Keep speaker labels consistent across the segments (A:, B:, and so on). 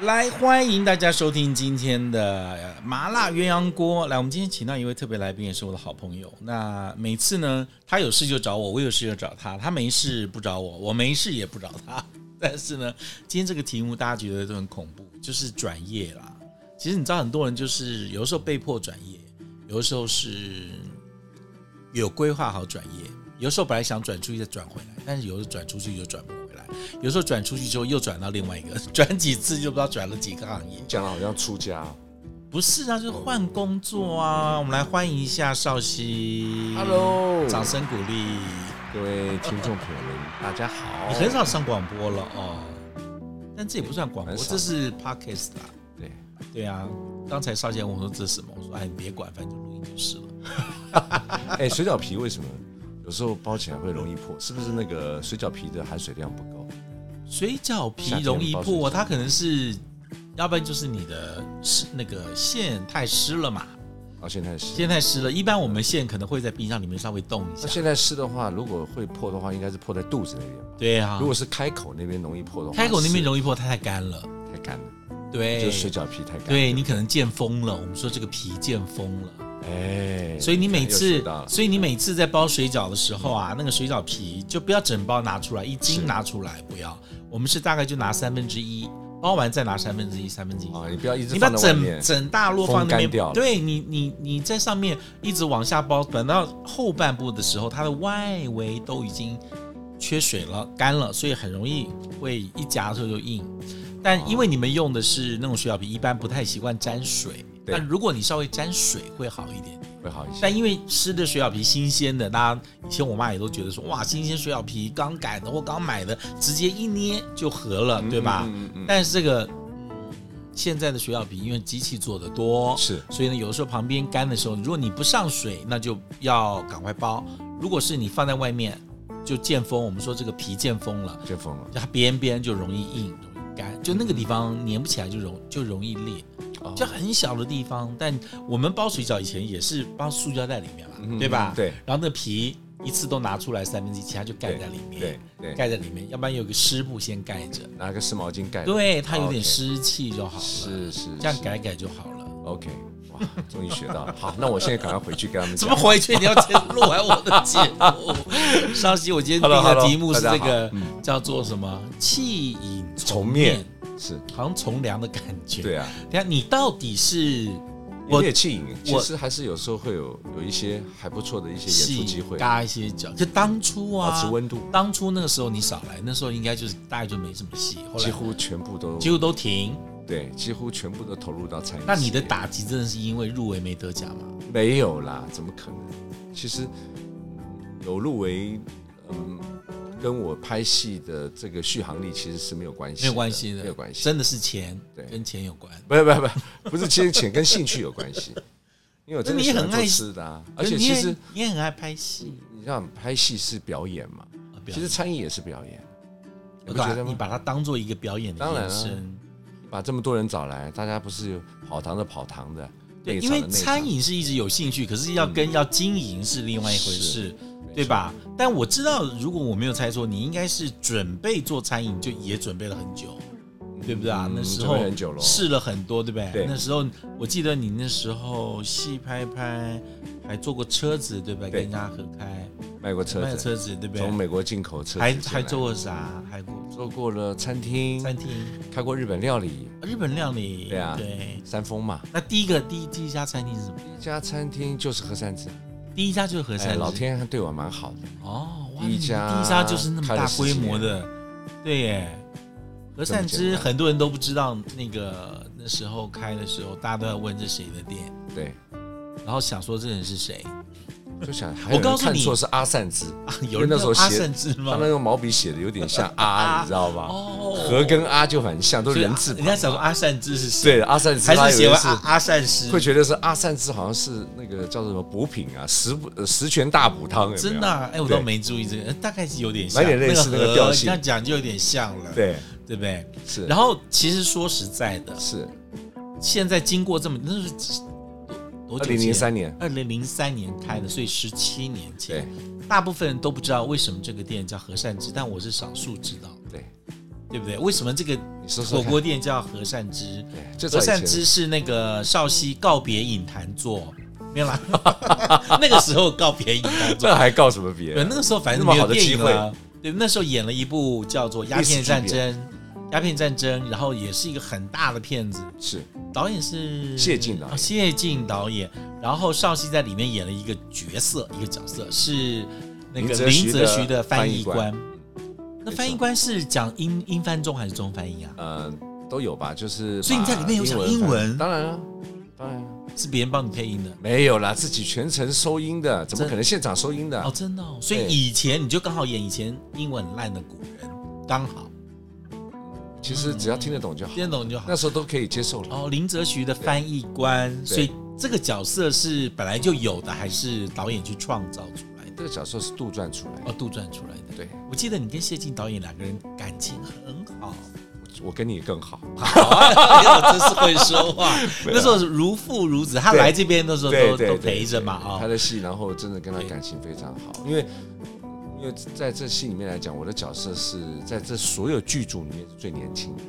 A: 来，欢迎大家收听今天的呃麻辣鸳鸯锅。来，我们今天请到一位特别来宾，也是我的好朋友。那每次呢，他有事就找我，我有事就找他，他没事不找我，我没事也不找他。 但是呢，今天这个题目大家觉得都很恐怖，就是转业啦。其实你知道，很多人就是有的时候被迫转业，有的时候是有规划好转业，有的时候本来想转出去再转回来，但是有的转出去就转不回来。有时候转出去之后又转到另外一个， 转几次就不知道转了几个行业。
B: 讲的好像出家哦。
A: 不是啊，就是换工作啊。我们来欢迎一下少熙
B: Hello，
A: 掌声鼓励。
B: 各位听众朋友们，大家好。
A: 你很少上广播了哦，但这也不算广播，
B: 很少
A: 这是 podcast 啦。
B: 对，
A: 对啊，刚才少先问我说这是什么，我说哎，你别管，反正就录音就是了。
B: 哎，水饺皮为什么有时候包起来会容易破？是不是那个水饺皮的含水量不够？
A: 水饺皮容易
B: 夏天
A: 破，
B: 包水饺
A: 它可能是，要不然就是你的湿那个线太湿了嘛，
B: 啊，现在是。
A: 线太湿了。一般我们线可能会在冰箱里面稍微冻一
B: 那
A: 下。
B: 现在湿的话，如果会破的话，应该是破在肚子那边吧。
A: 对啊
B: 如，果是开口那边容易破的话，
A: 开口那边
B: 是
A: 容易破，它太干了。
B: 太干了，
A: 对，
B: 就是水饺皮太干。，
A: 对你可能见风了，我们说这个皮见风了，
B: 哎，
A: 所以你每
B: 又
A: 次
B: 学到，嗯了
A: 所以你每次在包水饺的时候啊，那个水饺皮就不要整包拿出来，一斤拿出来不要，我们是大概就拿三分之一，包完再拿三分之一，三分之一。
B: 啊，你不要一直
A: 你把
B: 放在外
A: 整
B: 面，
A: 整大摞放那
B: 风干掉
A: 边，
B: 了
A: 对你你你在上面一直往下包，等到后半部的时候，它的外围都已经缺水了、干了，所以很容易会一夹的时候就硬。
B: 哦
A: 但因为你们用的是那种水饺皮，一般不太习惯沾水。
B: 对
A: 但如果你稍微沾水会好一点，
B: 会好一些。
A: 但因为吃的水饺皮新鲜的，大家以前我妈也都觉得说，哇，新鲜水饺皮刚擀的或刚买的，直接一捏就合了，对吧？
B: 嗯嗯嗯
A: 但是这个、嗯现在的水饺皮，因为机器做的多，
B: 是
A: 所以呢，有的时候旁边干的时候，如果你不上水，那就要赶快包；如果是你放在外面，就见风。我们说这个皮见风了，
B: 就疯了。
A: 它边边就容易硬，容易干，就那个地方粘不起来，就容就容易裂。
B: 哦
A: 就很小的地方，但我们包水饺以前也是包塑胶袋里面嘛，
B: 嗯
A: 对吧？
B: 对。
A: 然后那皮一次都拿出来三分之一，其他就盖在里面，
B: 对对对
A: 盖在里面，要不然有个湿布先盖着，
B: 拿个湿毛巾盖着。
A: 对，它有点
B: 哦 OK
A: 湿气就好了，
B: 是是，
A: 这样
B: 是
A: 改改就好了。
B: OK，哇，终于学到了。好，那我现在赶快回去跟他 们
A: 怎
B: 讲
A: 么。回去？你要先录完我的 节目。上期我今天定
B: Hello，
A: 的
B: hello，
A: 题目是这个
B: 大家好嗯
A: 叫做什么“气饮
B: 从
A: 面
B: 面是，”，
A: 好像从良的感觉。
B: 对啊，
A: 等一下你到底是
B: 我
A: 我
B: 也气瘾，其
A: 我
B: 实还是有时候会有有一些还不错的一些演出机会，哦
A: 搭一些脚，就当初啊，
B: 保持温度，
A: 当初那个时候你少来，那时候应该就是大概就没什么戏，后来
B: 几乎全部都
A: 几乎都停。
B: 对，几乎全部都投入到餐饮事业。
A: 那你的打击真的是因为入围没得奖吗？
B: 没有啦？怎么可能？其实有入围，嗯，跟我拍戏的这个续航力其实是没有关系，
A: 没有关系的，
B: 没有关系，
A: 真的是钱，
B: 对
A: 跟钱有关。
B: 不是不是不是，不是金钱跟兴趣有关系， 因为我真的
A: 那你
B: 喜
A: 很
B: 欢做
A: 爱
B: 吃的啊，而且
A: 可是你
B: 其
A: 也
B: 实。
A: 你也很爱拍戏，
B: 你像拍戏是表演嘛，
A: 啊表
B: 其实餐饮也是表演。
A: 我
B: 你不觉
A: 把
B: 得
A: 你
B: 吗？
A: 把它当做一个表演的
B: 当然
A: 延
B: 啊
A: 伸。
B: 把这么多人找来，大家不是有跑堂的跑堂的，
A: 对，
B: 内
A: 因
B: 场的
A: 为
B: 内场嗯
A: 餐饮是一直有兴趣，可是要跟要经营是另外一回事，
B: 没
A: 对
B: 错
A: 吧？但我知道，如果我没有猜错，你应该是准备做餐饮，就也准备了很久，对不对啊？
B: 嗯
A: 那时
B: 准
A: 候
B: 备很久咯
A: 试了很多，对不对？
B: 对
A: 那时候我记得你那时候戏拍拍，还坐过车子，对不对？跟
B: 对
A: 人家合开，
B: 卖过
A: 卖
B: 车子，
A: 车子，对不
B: 从
A: 对？
B: 美国进口车子
A: 还
B: 进来
A: 还做过啥？还过
B: 做过了餐厅，
A: 餐厅，
B: 开过日本料理，
A: 日本料理，
B: 对啊
A: 对。
B: 三丰嘛。
A: 那第一个第一第一家餐厅是什么？
B: 一家餐厅就是和善之，
A: 第一家就是和
B: 哎，
A: 山
B: 老天还对我蛮好的。
A: 哦，哇，
B: 第
A: 你
B: 一家
A: 第一家就是那么大规模
B: 开
A: 的，对耶。和善
B: 这么简
A: 之
B: 单
A: 很多人都不知道，那个那时候开的时候，大家都在问这谁的店，
B: 对，
A: 然后想说这人是谁
B: 就想还有
A: 我告
B: 人
A: 诉你
B: 看错是阿善之，
A: 啊？
B: 因
A: 有
B: 为
A: 人
B: 那时候
A: 叫阿
B: 写
A: 善之
B: 他
A: 吗？啊
B: 那用毛笔写的有点像阿，你知道吧？
A: 哦，
B: 和跟阿就很像，都
A: 所
B: 是
A: 以啊
B: 人字旁
A: 人。家想说阿善之是谁？
B: 对，阿善之
A: 还
B: 他
A: 是
B: 以
A: 写
B: 为
A: 为
B: 是
A: 阿阿善师？
B: 会觉得是阿善之好像是那个叫做什么补品啊，十补呃十全大补汤，有没有
A: 真的啊？哎，我倒
B: 对
A: 没注意这个，呃大概是有点像，
B: 有点类似那个
A: 和
B: 调性
A: 这样讲就有点像了，
B: 对，
A: 对不对？
B: 是，
A: 然
B: 后
A: 后其实说实在的，
B: 是
A: 现在经过这么那是多多
B: 二
A: 久？
B: 零零三年，
A: 二零零三年开的，所以十七年
B: 对
A: 前，大部分人都不知道为什么这个店叫和善之，但我是少数知道，
B: 对，
A: 对对不对？为什么这个
B: 你说说
A: 火
B: 看
A: 锅店叫和善之？
B: 对最早
A: 和
B: 以
A: 善
B: 前
A: 之是那个少熙告别影坛座，没 有啦，那个时候告别影坛座，
B: 这还告什么别
A: 对，
B: 人？
A: 那个时候反正没
B: 啊那么
A: 有
B: 好的
A: 电
B: 机
A: 影
B: 会
A: 了，对，那时候演了一部叫做《鸦
B: 历
A: 片
B: 史巨
A: 战
B: 变
A: 争》，鸦片战争，然后也是一个很大的片子，
B: 是
A: 导演是
B: 谢晋导演
A: 哦谢晋导演。然后邵熙在里面演了一个角色，一个角色是那个林
B: 林
A: 则徐
B: 则徐
A: 的
B: 的
A: 翻
B: 翻
A: 译
B: 译
A: 官
B: 官。
A: 那翻译官是讲英英翻中还是中翻译啊？
B: 呃都有吧，就是
A: 所以你在里面有讲
B: 讲
A: 英文
B: 当然啊，当然啊
A: 是别人帮你配音的
B: 没有啦，自己全程收音的，怎么
A: 真
B: 可能现场收音的？
A: 哦，真的、哦。所以
B: 对
A: 以前你就刚好演以前英文很烂的古人，刚好
B: 其实只要听得懂就好，
A: 听得懂就好
B: 那。时候都可以接受了。
A: 哦，林则徐的翻译官，所以这个角色是本来就有的，还是导演去创造出来的？
B: 这个小说是杜撰出来的，
A: 哦，杜撰出来的。
B: 对
A: 我记得你跟谢晋导演两个人感情很好，
B: 我跟你更好。
A: 我真是会说话。 那时候如父如子，他来这边的时候都都陪着嘛
B: 对他
A: 啊。
B: 的戏，然后真的跟他感情非常好，因为因为在这戏里面来讲，我的角色是在这所有剧组里面是最年轻的，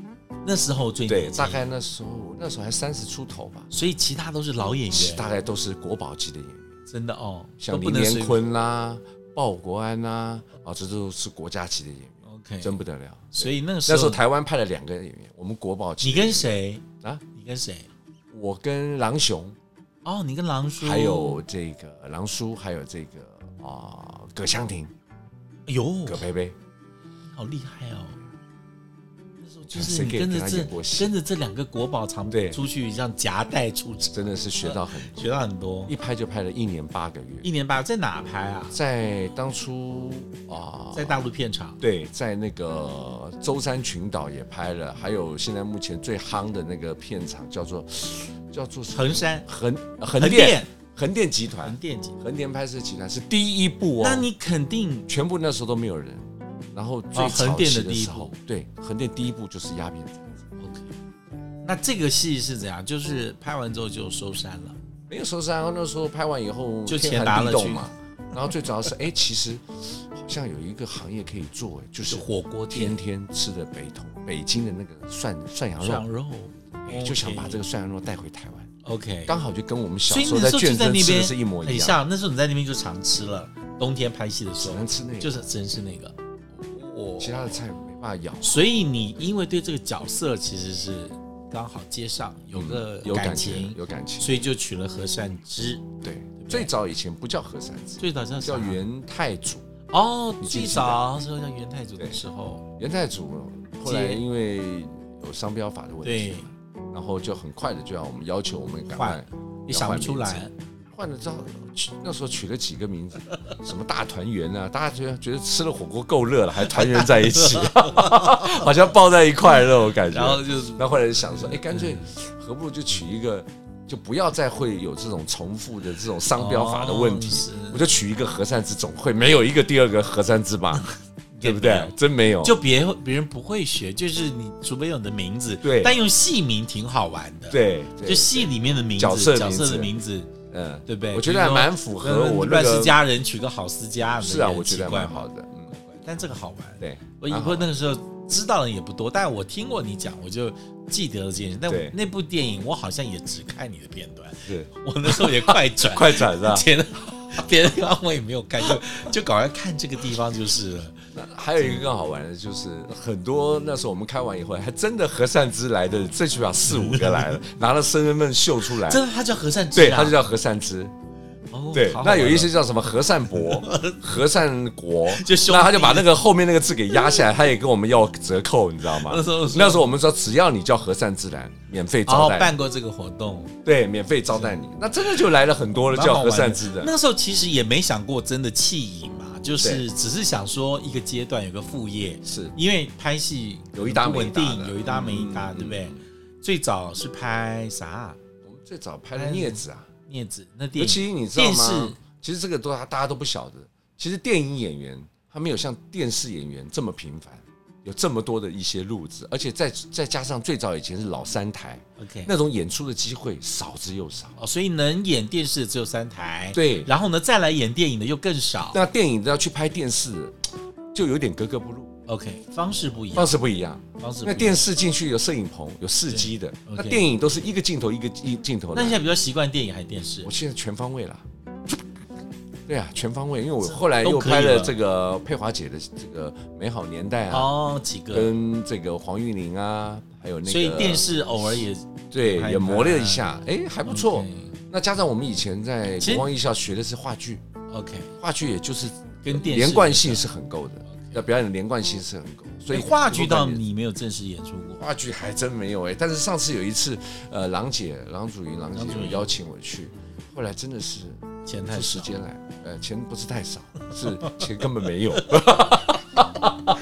A: 那时候最
B: 对，
A: 年轻
B: 大概那时候我那时候还三十出头吧，
A: 所以其他都是老演
B: 其实
A: 员，
B: 大概都是国宝级的演员，
A: 真的哦，都
B: 像
A: 不
B: 林
A: 能随
B: 连
A: 便。
B: 坤啦、鲍国安啦，啊，这都是国家级的演员，
A: OK，
B: 真不得了。
A: 所以那个时
B: 那时
A: 候
B: 候台湾派了两个演员，我们国宝级
A: 你
B: 的
A: 跟
B: 演员，
A: 谁
B: 啊？
A: 你跟谁？
B: 我跟郎雄，
A: 哦，你跟狼叔，
B: 还有这个郎叔，还有这个啊、葛香婷、
A: 哎呦，
B: 葛培培。
A: 好厉害哦！那时候就是
B: 谁
A: 你
B: 可以
A: 跟着
B: 跟他
A: 这
B: 演过戏
A: 跟着这两个国宝常
B: 对
A: 出去，像夹带出征，
B: 真的是学到很多，
A: 学到很多。
B: 一拍就拍了一年八个月。
A: 一年吧，在哪拍啊？
B: 在当初啊，
A: 在大陆片场。
B: 对，在那个舟山群岛也拍了，还有现在目前最夯的那个片场叫做叫做什么
A: 衡山
B: 横横
A: 横
B: 店
A: 店
B: 横店集
A: 横
B: 团
A: 店景，
B: 横店拍摄集团是第一部哦，
A: 那你肯定
B: 全部那时候都没有人，然后最
A: 哦横
B: 早
A: 店
B: 期
A: 的第一
B: 时候，对横店第一部就是鸦片战争，
A: OK。那这个戏是怎样？就是拍完之后就收山了，
B: 没有收山，那时候拍完以后
A: 就
B: 天
A: 钱拿
B: 寒
A: 了
B: 地
A: 去
B: 冻嘛。然后最主要是，哎，其实好像有一个行业可以做，哎，就是
A: 就火锅店
B: 天天吃的北同北京的那个涮涮羊
A: 涮
B: 肉，
A: 肉
B: 哎，，就想把这个涮羊肉带回台湾，
A: OK。
B: 刚好就跟我们小
A: 所以
B: 时
A: 你
B: 候
A: 那时候就
B: 卷
A: 在
B: 蒸
A: 那
B: 吃
A: 边
B: 的是一模
A: 很
B: 一样，
A: 像。那时候你在那边就常吃了，冬天拍戏的时
B: 只
A: 候
B: 能吃那个，
A: 就是真是那个。我
B: 其他的菜没办法咬。
A: 所以你因为对这个角色其实是刚好接上，有个
B: 嗯有
A: 感
B: 感
A: 情
B: 情，，有感情。
A: 所以就取了和善之。
B: 对，最早以前不叫和山子，
A: 最早叫
B: 叫
A: 啥
B: 元太祖。
A: 哦，
B: 你记
A: 最
B: 不记得
A: 早时候叫元太祖的时候，
B: 元太祖后来因为有商标法的问题
A: 对，
B: 然后就很快的就要我们要求我们赶快
A: 也想不出来。
B: 换了之后，取那时候取了几个名字，什么大团圆啊，大家觉得觉得吃了火锅够热了，还团圆在一起， 好像抱在一块那种感觉。
A: 然后就是
B: 那后来就想说，哎，干脆何不就取一个，就不要再会有这种重复的这种商标法的问
A: 哦
B: 题，
A: 是
B: 我就取一个和善之总会，没有一个第二个和善 之吧，对不对？真没有，
A: 就别别人不会学，就是你除非有你的名字，
B: 对
A: 但用戏名挺好玩的，，
B: 对，
A: 就
B: 对
A: 戏里面的名字，角
B: 角色名字
A: 色的名字，
B: 嗯，
A: 对不对？
B: 我觉得还蛮符
A: 比如
B: 合
A: 说
B: 我那
A: 乱世
B: 个
A: 佳人取个好思佳，
B: 是啊，
A: 也很
B: 我觉得还
A: 奇怪
B: 蛮
A: 嘛
B: 好的，嗯，
A: 但这个好玩。
B: 对，
A: 我以
B: 蛮
A: 后
B: 好
A: 那个时候知道的也不多，但我听过你讲，我就记得了这件事。但
B: 对
A: 那部电影我好像也只看你的片段，
B: 是，
A: 我那时候也快转
B: 快转是吧？
A: 别的别的地方我也没有看，就就赶快看这个地方就是了。
B: 还有一个更好玩的就是，很多那时候我们开完以后，还真的和善之来的最起码四五 个来了，拿了身份秀出来，
A: 真的，他叫和善之、啊，
B: 哎对，他就叫和善之。
A: 哦
B: 对
A: 好，好玩哦
B: 那有一些叫什么和善 伯、和善国，
A: 就兄弟
B: 那他就把那个后面那个字给压下来，他也跟我们要折扣，你知道吗？
A: 那时候是
B: 那时候我们说，只要你叫和善之来，免费
A: 然
B: 招
A: 后
B: 待
A: 哦办过这个活动，
B: 你，对，免费招待你。那真的就来了很多了，
A: 蛮好
B: 叫
A: 玩
B: 和善之的。
A: 那个时候其实也没想过真的弃影嘛，就是只是想说一个阶段有个副业，
B: 是
A: 因为拍戏
B: 有一搭
A: 不
B: 没一
A: 稳
B: 搭的嗯
A: 定，有一搭没一搭，对不对？最早是拍啥啊？
B: 我们最早拍的镊子啊，
A: 镊子那电
B: 尤
A: 影，
B: 其你知道
A: 电视
B: 吗？其实这个都大家都不晓得。其实电影演员他没有像电视演员这么频繁，有这么多的一些路子，而且再再加上最早以前是老三台，
A: OK，
B: 那种演出的机会少之又少。
A: 哦，所以能演电视只有三台，
B: 对
A: 然后呢，再来演电影的又更少。
B: 那电影要去拍电视，就有点格格不入。
A: OK，方式不一样
B: 方，式不一样。
A: 方式不一
B: 那
A: 样
B: 电视进去有摄影棚，有四机的，
A: OK
B: 那电影都是一个镜头一个一镜头
A: 那
B: 来
A: 你现。在比较习惯电影还是电视
B: 我？现在全方位了。 对啊，全方位，因为我后来
A: 都
B: 又拍
A: 可以
B: 了
A: 了
B: 这个佩华姐的这个美好年代啊，
A: 哦，几个，
B: 跟这个黄韵玲啊，还有那个，
A: 所以电视偶尔也
B: 对
A: 拍
B: 也磨练
A: 拍
B: 一下，哎，还不错。那加上我们以前在
A: 其实
B: 国光艺校学的是话剧，
A: OK，
B: 话剧也就是
A: 跟电视
B: 连贯性是很够的，那表演的连贯性是很够，所以
A: 哎话剧到
B: 我感觉
A: 你没有正式演出过，
B: 话剧还真没有哎、但是上次有一次，呃，郎姐、郎祖云、郎姐
A: 郎祖筠
B: 有邀请我去，后来真的是
A: 钱
B: 出
A: 太
B: 时
A: 少，
B: 间来，呃，钱不是太少， 是钱根本没有，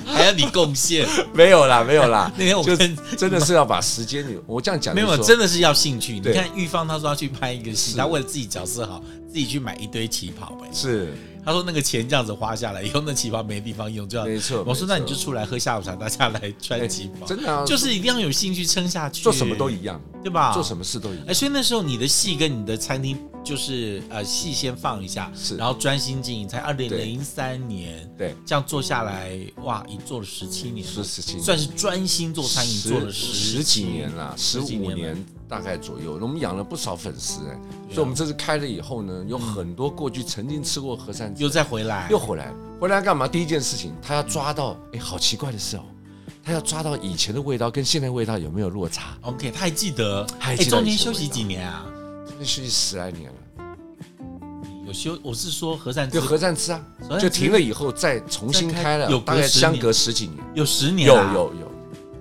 A: 还要你贡献。
B: 没有啦，没有啦
A: ，那天我
B: 就
A: 跟
B: 真的是要把时间你，我这样讲
A: 没有，
B: 就是说
A: 真的是要兴趣。你
B: 对
A: 看玉芳，她说要去拍一个戏，
B: 是
A: 她为了自己角色好，自己去买一堆旗袍、哎，
B: 是
A: 她说那个钱这样子花下来，以后那旗袍没地方用，就要
B: 没错
A: 我说
B: 没错
A: 那你就出来喝下午茶，大家来穿
B: 哎
A: 旗袍，
B: 真的啊，
A: 就是一定要有兴趣撑下去，
B: 做什么都一样，
A: 对吧？
B: 做什么事都一样
A: 哎，。所以那时候你的戏跟你的餐厅就是呃戏先放一下，
B: 是
A: 然后专心经营。才二零零三年，
B: 对，
A: 这样做下来，哇，一做了十七年了，
B: 是十七年
A: 算是专心做餐饮
B: 十
A: 做了
B: 十几年
A: 了。
B: 啦，十
A: 几
B: 五
A: 年了啊
B: 年大概左右。我们养了不少粉丝哎、所以我们这次开了以后呢，有
A: 嗯
B: 很多过去曾经吃过和山
A: 又再回来，
B: 又回来了，回来干嘛？第一件事情，他要抓到，哎、好奇怪的事哦，他要抓到以前的味道跟现在味道有没有落差？
A: OK，他还记得，
B: 还
A: 哎，
B: 记得
A: 中
B: 以
A: 间
B: 前
A: 休
B: 味
A: 息
B: 道
A: 几年啊？
B: 那休息十来年了，
A: 有休，我是说和善之
B: 就核战吃啊
A: 合战，吃
B: 就停了以后再重新开
A: 再
B: 了，
A: 开有
B: 大
A: 隔
B: 概
A: 十
B: 相
A: 年
B: 隔十几年，
A: 有十年、
B: 有
A: 啊，，
B: 有有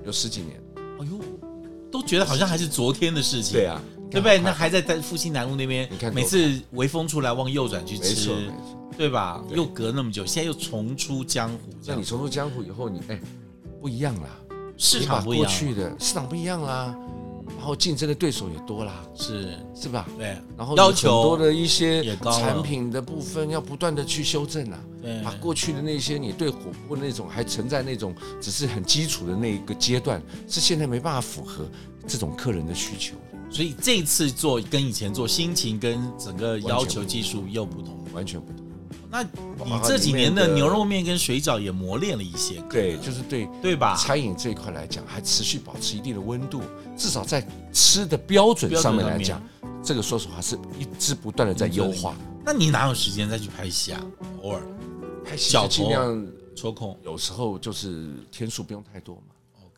B: 有十几年，
A: 哎呦，都觉得好像还是昨天的事情，
B: 对，啊，
A: 对不对？那还在在复兴南路那边
B: 你看，多
A: 每次微风出来往右转去
B: 没
A: 吃
B: 错，没错。
A: 对吧？
B: 对
A: 又隔那么久，现在又重出江湖，这
B: 像
A: 样
B: 你重出江湖以后，你哎、不一样啦。
A: 市
B: 你把
A: 场不一样
B: 过，去的市场不一样啦，然后竞争的对手也多啦，
A: 是，
B: 是吧？
A: 对，
B: 然后
A: 要
B: 有很多
A: 求
B: 的一些
A: 也高了
B: 产品的部分要不断的去修正啊，
A: 对
B: 把过去的那些你对火锅那种还存在那种只是很基础的那一个阶段，是现在没办法符合这种客人的需求，
A: 所以这次做跟以前做心情跟整个要
B: 完全
A: 求
B: 不
A: 技术又不同。
B: 完全不同。
A: 那你
B: 哇
A: 这几年的
B: 里面的
A: 牛肉面跟水饺也磨练了一些，
B: 对，就是对
A: 对吧？
B: 餐饮这一块来讲，还持续保持一定的温度，至少在吃的标准上面来讲，这个说实话是一直不断的
A: 嗯
B: 在优化。
A: 那你哪有时间再去拍戏啊？偶尔
B: 拍戏
A: 小
B: 就尽
A: 头
B: 量
A: 抽空
B: 有时候就是天数不用太多嘛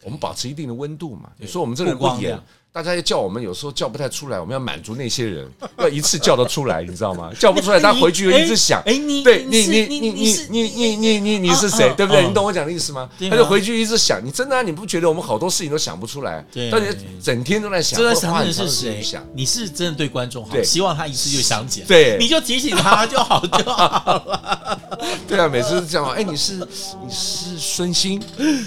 B: 我们保持一定的温度嘛。你说我们这
A: 曝
B: 个人不
A: 光
B: 演
A: 量，
B: 大家要叫我们，有时候叫不太出来，我们要满足那些人， 要一次叫得出来，你知道 吗？叫不出来，他回去一直想。
A: 哎，你
B: 对
A: 你
B: 你
A: 是
B: 你
A: 你
B: 你你
A: 是
B: 你你你你你是
A: 啊
B: 谁
A: 啊，
B: 对不对？
A: 啊
B: 你懂我讲的意思吗？
A: 对啊
B: 他就回去一直想，你真的啊你不觉得我们好多事情都想不出来？
A: 对
B: 但是整天都在想，
A: 这段
B: 会花
A: 想的
B: 很长
A: 是
B: 时间
A: 谁
B: 去想？
A: 你是真的对观众好，
B: 对
A: 希望他一次就想起来，
B: 对
A: 你就提醒他就好就好
B: 对啊，每次都这样嘛。哎，你是你是 孙兴，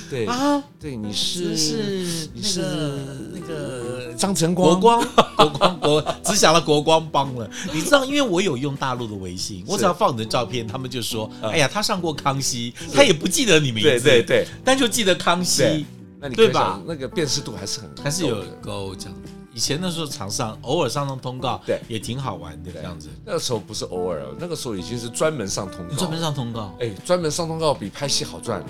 B: 对
A: 啊。
B: 对，你
A: 就是是那
B: 你是
A: 个那个
B: 张晨
A: 国
B: 光，
A: 光国光国，只想到国光帮了。你知道，因为我有用大陆的微信，我只要放你的照片，他们就说：“哎呀，他上过康熙，他也不记得你名字，
B: 嗯对对，对。
A: 但就记得康熙
B: 对。”那你
A: 对
B: 可以
A: 吧
B: 想那个辨识度还是很
A: 还是有
B: 够的
A: 够这样子。以前那时候常上，偶尔上上通告，
B: 对
A: 也挺好玩的这
B: 对
A: 样子。
B: 那个时候不是偶尔哦，那个时候已经是专门上通告，
A: 你专门上通 告，
B: 哎，专门上通告比拍戏好赚。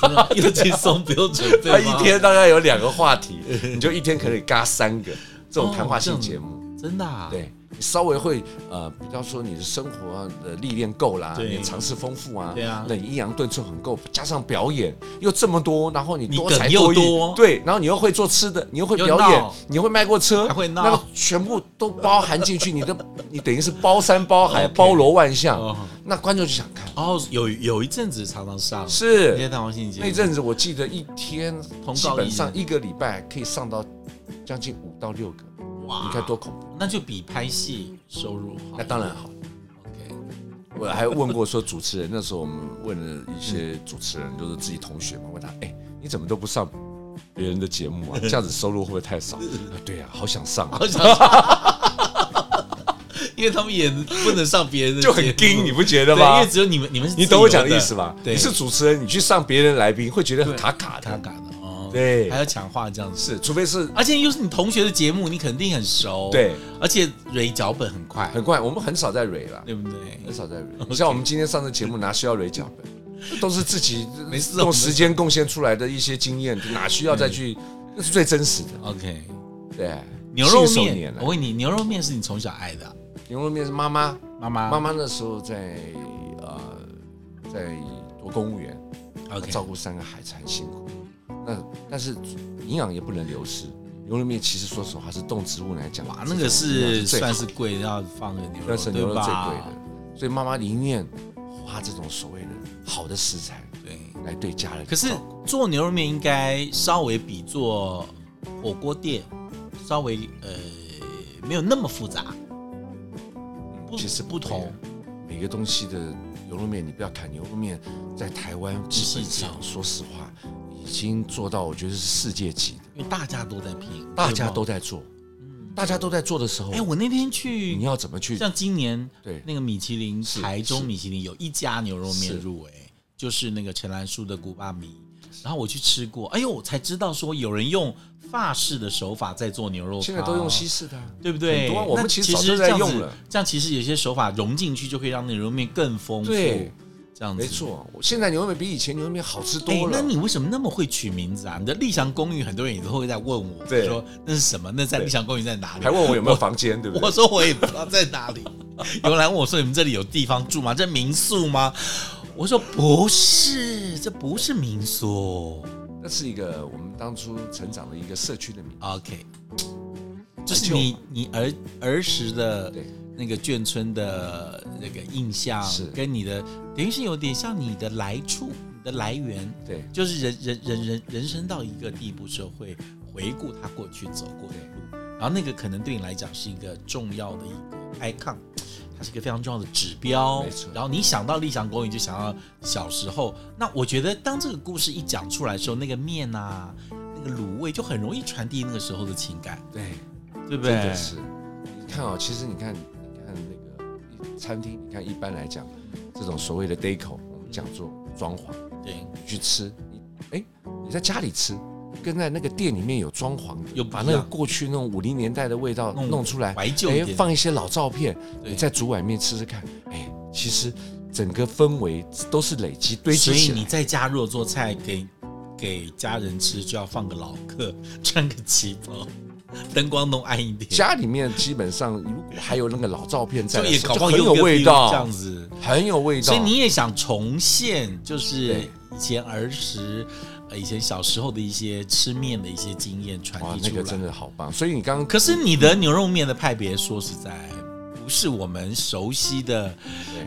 A: 真的又轻松，不用准备
B: 他
A: 吗。
B: 一天大概有两个话题，你就一天可以嘎三个这种
A: 哦
B: 谈话
A: 这
B: 性
A: 样
B: 节目。
A: 真的啊，
B: 对你稍微会呃，比方说你的生活的历练够啦，
A: 对
B: 你尝试丰富啊，
A: 对啊
B: 那你抑扬顿挫很够，加上表演又这么多，然后你
A: 你
B: 多
A: 梗
B: 才
A: 又
B: 多艺，
A: 多
B: 对，然后你又会做吃的，你又会
A: 又
B: 表演
A: 闹，
B: 你又会卖过车，
A: 还会闹
B: 那个全部都包含进去，你 的你等于是包山包海，包罗万象，
A: 哦
B: 那观众就想看，
A: 然后哦有有一阵子常常上那些
B: 是
A: 大王性节目
B: 那阵子我记得一天
A: 通告
B: 基
A: 一
B: 本
A: 日
B: 上一个礼拜可以上到将近五到六个，
A: 哇
B: 你看多恐怖！
A: 那就比拍戏收入好
B: 那。当然好。我还问过说主持人，那时候我们问了一些主持人，就是自己同学嘛，问他，哎、你怎么都不上别人的节目啊？这样子收入会不会太少？ 啊对呀、好想上、啊，
A: 好想上， 因为他们也不能上别人的节
B: 就
A: 目，
B: 很硬，你不觉得
A: 对吧？因
B: 吗
A: 为？只有你们，你们是
B: 你
A: 自由
B: 懂我讲的意思吧？
A: 对，
B: 你是主持人，你去上别人来宾，会觉得很
A: 对
B: 卡卡
A: 卡
B: 的。
A: 卡的哦，
B: 对
A: 还要抢话这样子。
B: 是，除非是
A: 而且又是你同学的节目，你肯定很熟。
B: 对，
A: 而且蕊脚本很快，
B: 很快，我们很少在蕊了，
A: 对不对？
B: 很少在蕊。像我们今天上的节目，哪需要蕊脚本？都是自己
A: 没事我
B: 用
A: 们
B: 时间贡献出来的一些经验，哪需要再去？那是最真实的。
A: OK，
B: 对，
A: 牛肉
B: 信手啊
A: 面
B: 拈，来
A: 我问你，牛肉面是你从小爱的，啊
B: 牛肉面是妈妈，
A: 妈妈
B: 妈妈那时候在呃在做公务员，
A: OK
B: 照顾三个孩子很辛苦。那但是营养也不能流失。牛肉面其实说实话它是动植物来讲，
A: 哇，那个
B: 营
A: 是
B: 养最好
A: 算
B: 的
A: 是贵，要放个牛
B: 那
A: 肉，
B: 是
A: 对
B: 牛肉最贵
A: 吧
B: 的？，所以妈妈宁愿花这种所谓的好的食材
A: 对。
B: 来对家人照顾。
A: 可是做牛肉面应该稍微比做火锅店稍微呃没有那么复杂，不
B: 其实
A: 不
B: 会
A: 同
B: 的，每个东西的牛肉面，你不要看牛肉面在台湾基本上
A: 细，
B: 说实话已经做到我觉得是世界级的，
A: 因为大家都在拼，
B: 大家都
A: 在。
B: 在做，大家都在做的时候
A: 哎，，我那天去
B: 你要怎么去？
A: 像今年
B: 对
A: 那个米其林
B: 是
A: 台中
B: 是
A: 米其林有一家牛肉面
B: 是
A: 入围，就是那个陈兰淑的古巴米。然后我去吃过，哎呦，我才知道说有人用法式的手法在做牛肉汤，
B: 现在都用西式的啊，
A: 对不对？
B: 很多啊我们
A: 那
B: 其
A: 其
B: 实早就在
A: 这样
B: 用
A: 子
B: 了。
A: 这样其实有些手法融进去，就可以让那牛肉面更丰富。
B: 对，
A: 这样子
B: 没。错。我现在牛肉面比以前牛肉面好吃
A: 哎
B: 多，
A: 那
B: 了。
A: 你为什么那么会取名字啊？你的丽祥公寓，很多人也都会在问我，
B: 对
A: 说那是什么？那在丽祥公寓在哪里？
B: 还问我有没有房间，对不对
A: 我？说我也不知道在哪里。 有人来问我说：“你们这里有地方住吗？这民宿吗？”我说：“不是，这不是民宿。
B: 那是一个我们当初成长的一个社区的名。
A: ”OK，就是你你儿儿时的
B: 对
A: 那个眷村的那个印象
B: 是，
A: 跟你的等于是有点像你的来处、你的来源，
B: 对，
A: 就是人人人人人生到一个地步时候会回顾他过去走过的路，然后那个可能对你来讲是一个重要的一个 icon，它是一个非常重要的指标。
B: 没错
A: 然后你想到理想公寓，就想到小时候。那我觉得当这个故事一讲出来的时候，那个面啊，那个卤味就很容易传递那个时候的情感，
B: 对，
A: 对不对？
B: 真的是。你看啊、其实你看，你看那个餐厅，你看一般来讲，这种所谓的 deco，我们讲做装潢，
A: 对，
B: 你去吃，你哎，你在家里吃，跟在那个店里面有装潢的，
A: 又不
B: 把
A: 一
B: 那个
A: 样
B: 过去那种五零年代的味道
A: 弄
B: 弄出来，
A: 怀旧一
B: 哎
A: 点，点
B: 放一些老照片，
A: 对
B: 你在主碗面吃吃看，哎，其实整个氛围都是累积堆积
A: 所以
B: 起
A: 你
B: 来。
A: 在家如果做菜给给家人吃，就要放个老客，穿个旗袍，灯光弄暗一点，
B: 家里面基本上如果还有那个老照片在
A: 就
B: 的
A: 也
B: 时候，
A: 搞不好
B: 就很
A: 有
B: 有
A: 个
B: 味
A: feel 这
B: 道
A: 样，子。
B: 很有味道。
A: 所以你也想重现，就是
B: 对
A: 以前儿时、呃以前小时候的一些吃面的一些经验传
B: 哇，
A: 递
B: 那
A: 出来。
B: 个真的好棒！所以你刚刚
A: 可是你的牛肉面的派别，说实在，不是我们熟悉的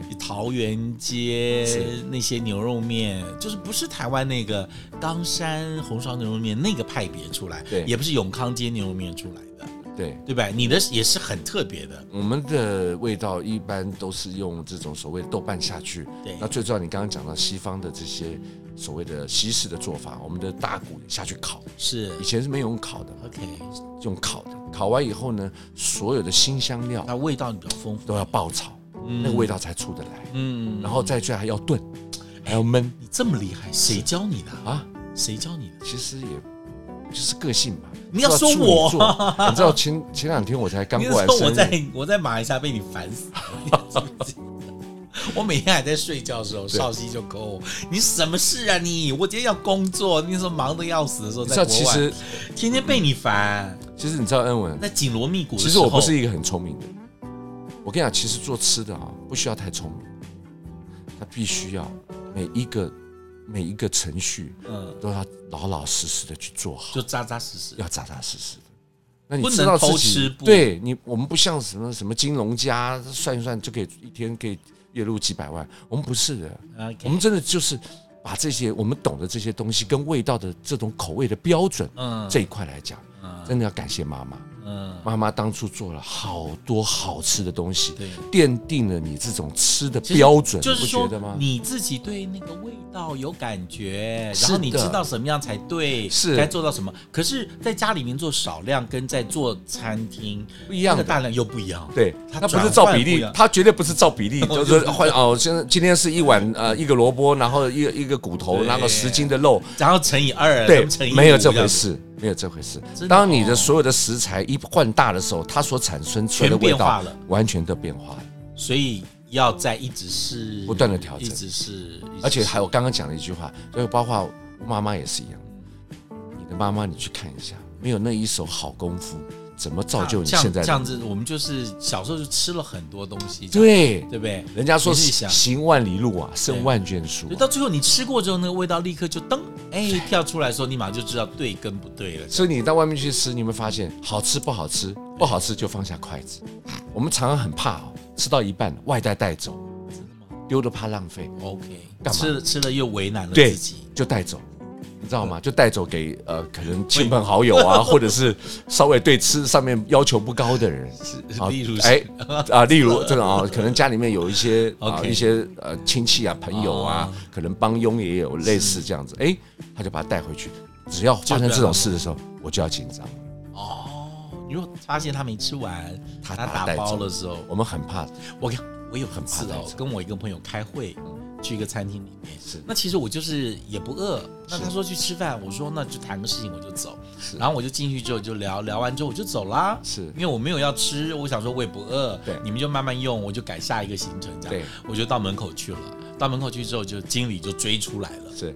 B: 对
A: 桃园街
B: 是
A: 那些牛肉面，就是不是台湾那个冈山红烧牛肉面那个派别出来，
B: 对
A: 也不是永康街牛肉面出来的，
B: 对
A: 对吧？你的也是很特别的，
B: 我们的味道一般都是用这种所谓豆瓣下去。
A: 对
B: 那最重要，你刚刚讲到西方的这些所谓的西式的做法，我们的大骨也下去烤，
A: 是
B: 以前是没有用烤的，
A: OK。
B: 用烤的。烤完以后呢，所有的新香料
A: 那味道比较丰富
B: 都，要爆炒，那个味道才出得来。
A: 嗯，
B: 然后再去还要炖，还要焖
A: 你这么厉害，谁教你的啊？
B: 啊。
A: 谁教你的？
B: 其实也就是个性吧。
A: 你要
B: 不知道
A: 说
B: 处女
A: 我
B: 座你知道前前两天我才刚
A: 你
B: 过
A: 那
B: 完
A: 时候
B: 生
A: 我
B: 日，
A: 在我在马来西亚被你烦死了，你知不知道 我每天还在睡觉的时候，少熙就 call 我：“你什么事啊你？我今天要工作，那时候忙得要死的时候，
B: 你知道
A: 在
B: 其
A: 国外
B: 实
A: 天天被你烦。
B: 其实你知道恩文，
A: 那紧锣密鼓的
B: 其
A: 时
B: 实
A: 候，
B: 我不是一个很聪明的人。我跟你讲，其实做吃的啊，不需要太聪明，他必须要每一个每一个程序
A: 嗯，
B: 都要老老实实的去做好
A: 就，扎扎实实。
B: 要扎扎实实的。那你
A: 不能
B: 知道自
A: 偷吃
B: 己
A: 不
B: 对你，我们不像什么什么金融家，算一算就可以一天可以月入几百万，我们不是的，我
A: OK，
B: 们真的就是把这些我们懂的这些东西跟味道的这种口味的标准
A: 嗯
B: 这一块来讲，真的要感谢妈妈。
A: 嗯，
B: 妈妈当初做了好多好吃的东西，
A: 对，
B: 奠定了你这种吃的标准，
A: 就是
B: 你不
A: 说
B: 觉得吗？
A: 你自己对那个味道有感觉，
B: 是
A: 然后你知
B: 的
A: 道什么样才对，
B: 是
A: 该做到什么。可是，在家里面做少量跟在做餐厅
B: 不一样
A: 那
B: 的
A: 个大量又不一样。
B: 对，
A: 它
B: 它不
A: 转
B: 是
A: 换
B: 照比
A: 不一
B: 例
A: 样，
B: 它绝对不是照比例， 就
A: 就是
B: 换哦，现在今天是一碗呃一个萝卜，然后一个一个骨头，
A: 对
B: 然后十斤的肉，
A: 然后乘以二，
B: 对
A: 乘以，
B: 没有
A: 五
B: 这
A: 样
B: 回
A: 子，
B: 事，没有这回事
A: 真的。
B: 当你
A: 哦
B: 的所有的食材一换大的时候，它所产生出来的
A: 全变
B: 味
A: 化
B: 道
A: 了
B: 完全都变化了。
A: 所以要在一直是
B: 不断地调整
A: 一直是，一直
B: 而且
A: 是
B: 还有刚刚讲的一句话，就是包括妈妈也是一样，你的妈妈你去看一下，没有那一手好功夫，怎么造就你
A: 像
B: 现在
A: 啊这样
B: 的？
A: 子，我们就是小时候就吃了很多东西，这样
B: 对，
A: 对不对？
B: 人家说
A: 你自己想
B: 行万里路啊，胜
A: 对
B: 万卷书
A: 就
B: 啊、
A: 到最后你吃过之后，那个味道立刻就噔，哎，跳出来的时候，你马上就知道对跟不对了。
B: 所以你到外面去吃，你会发现好吃不好吃，不好吃就放下筷子。我们常常很怕哦，吃到一半外带带走，丢了怕浪费，
A: OK，
B: 干嘛
A: 吃了吃了又为难了
B: 对
A: 自己，
B: 就带走，你知道
A: 嗯
B: 吗？就带走给呃可能亲朋好友 啊，或者是稍微对吃上面要求不高的人。啊
A: 例如是
B: 哎啊，例如这种啊，可能家里面有一些啊
A: OK 哦
B: 一些呃亲戚啊朋友啊，可能帮佣也有类似这样子，哎，他就把他带回去。只要发生这种事的时候，我就要紧张。
A: 哦，你如果发现他没吃完，
B: 他
A: 他
B: 把它
A: 打
B: 带
A: 包
B: 走
A: 的时候，
B: 我们很怕
A: 我跟我有很
B: 怕
A: 次
B: 带
A: 哦
B: 走，
A: 跟我一个朋友开会，去一个餐厅里面。
B: 是
A: 那其实我嗯就是也不饿，那
B: 是
A: 他说去吃饭，我说那就谈个事情我就走，然后我就进去之后就聊聊完之后我就走啦，
B: 是
A: 因为我没有要吃，我想说我也不饿，
B: 对
A: 你们就慢慢用，我就改下一个行程这样，
B: 对，
A: 我就到门口去了，到门口去之后就经理就追出来了，
B: 是